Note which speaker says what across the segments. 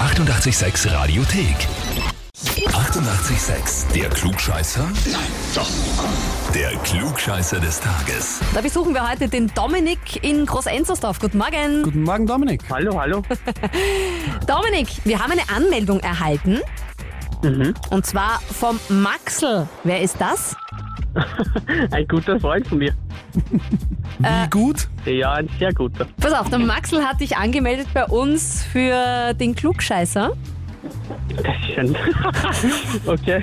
Speaker 1: 886 Radiothek. 88,6. Der Klugscheißer? Nein, doch. Der Klugscheißer des Tages.
Speaker 2: Da besuchen wir heute den Dominik in Groß-Enzersdorf. Guten Morgen.
Speaker 3: Guten Morgen, Dominik.
Speaker 4: Hallo, hallo.
Speaker 2: Dominik, wir haben eine Anmeldung erhalten. Und zwar vom Maxl. Wer ist das?
Speaker 4: Ein guter Freund von mir.
Speaker 3: Wie gut?
Speaker 4: Ja, ein sehr guter.
Speaker 2: Pass auf, der Maxl hat dich angemeldet bei uns für den Klugscheißer
Speaker 4: Das ist schön. okay.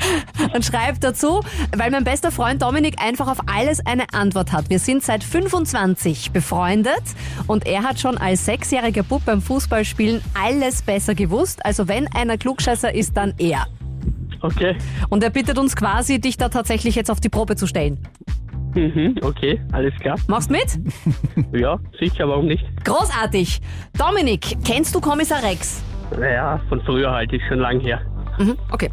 Speaker 2: und schreibt dazu, weil mein bester Freund Dominik einfach auf alles eine Antwort hat. Wir sind seit 25 befreundet und er hat schon als sechsjähriger Bub beim Fußballspielen alles besser gewusst. Also wenn einer Klugscheißer ist, dann er.
Speaker 4: Okay.
Speaker 2: Und er bittet uns quasi, dich da tatsächlich jetzt auf die Probe zu stellen.
Speaker 4: Mhm, okay, alles klar.
Speaker 2: Machst mit?
Speaker 4: Ja, sicher, warum nicht?
Speaker 2: Großartig. Dominik, kennst du Kommissar Rex?
Speaker 4: Naja, von früher halt, ist schon lang her.
Speaker 2: Mhm, okay.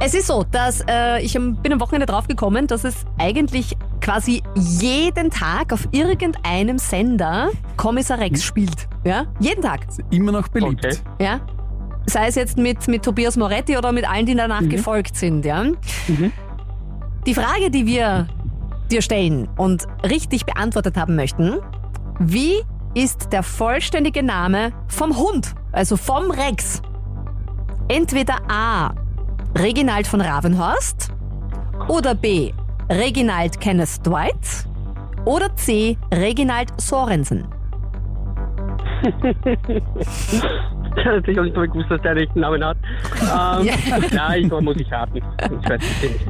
Speaker 2: Es ist so, dass äh, ich am- bin am Wochenende draufgekommen, dass es eigentlich quasi jeden Tag auf irgendeinem Sender Kommissar Rex spielt. Ja? Jeden Tag.
Speaker 3: Immer noch beliebt.
Speaker 4: Okay.
Speaker 2: Ja? Sei es jetzt mit, mit Tobias Moretti oder mit allen, die danach gefolgt sind. Ja? Die Frage, die wir dir stellen und richtig beantwortet haben möchten, wie ist der vollständige Name vom Hund, also vom Rex? Entweder A. Reginald von Ravenhorst oder B. Reginald Kenneth Dwight oder C. Reginald Sorensen.
Speaker 4: Ich habe natürlich auch nicht mal gewusst, dass der rechten Namen hat. Ähm, Nein, ich muss ich raten. Ich weiß es nicht.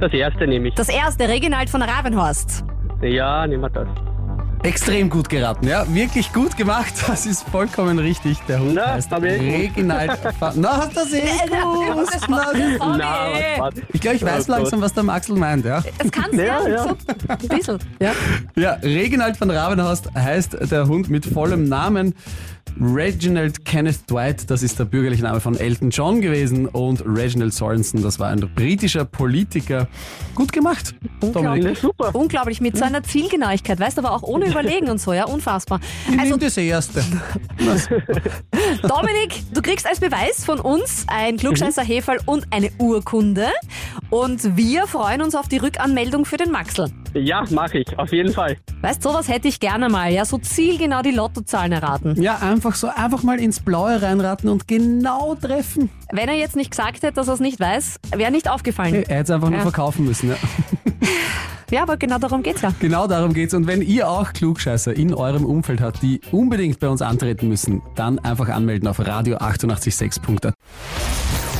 Speaker 4: Das erste nehme ich.
Speaker 2: Das erste, Reginald von Ravenhorst.
Speaker 4: Ja, nehmen wir das.
Speaker 3: Extrem gut geraten, ja. Wirklich gut gemacht. Das ist vollkommen richtig. Der Hund
Speaker 4: Na,
Speaker 3: heißt
Speaker 4: hab ich.
Speaker 3: Reginald. Fa- Na, hast du das eh gewusst? Na, das-
Speaker 4: Na, was
Speaker 3: Ich glaube, ich weiß langsam, was der Maxl meint, ja.
Speaker 2: Das kannst du ja,
Speaker 4: Ja, ja.
Speaker 2: so ein bisschen. Ja.
Speaker 3: Ja, Reginald von Ravenhorst heißt der Hund mit vollem Namen. Reginald Kenneth Dwight, das ist der bürgerliche Name von Elton John gewesen und Reginald Sorensen, das war ein britischer Politiker. Gut gemacht, Dominik.
Speaker 4: Na, super.
Speaker 2: Unglaublich, mit so einer Zielgenauigkeit, weißt du, aber auch ohne Überlegen und so, ja, unfassbar.
Speaker 3: Ich
Speaker 2: Also
Speaker 3: nehme das erste.
Speaker 2: Dominik, du kriegst als Beweis von uns ein Klugscheißer Heferl und eine Urkunde und wir freuen uns auf die Rückanmeldung für den Maxl.
Speaker 4: Ja, mache ich, auf jeden Fall.
Speaker 2: Weißt, sowas hätte ich gerne mal, ja, so zielgenau die Lottozahlen erraten.
Speaker 3: Ja, einfach so, einfach mal ins Blaue reinraten und genau treffen.
Speaker 2: Wenn er jetzt nicht gesagt hätte, dass er es nicht weiß, wäre nicht aufgefallen.
Speaker 3: Er hätte es einfach nur
Speaker 2: Ja.
Speaker 3: verkaufen müssen. Ja.
Speaker 2: Ja, aber genau darum geht's ja.
Speaker 3: Genau darum geht's. Und wenn ihr auch Klugscheißer in eurem Umfeld habt, die unbedingt bei uns antreten müssen, dann einfach anmelden auf radio886.at.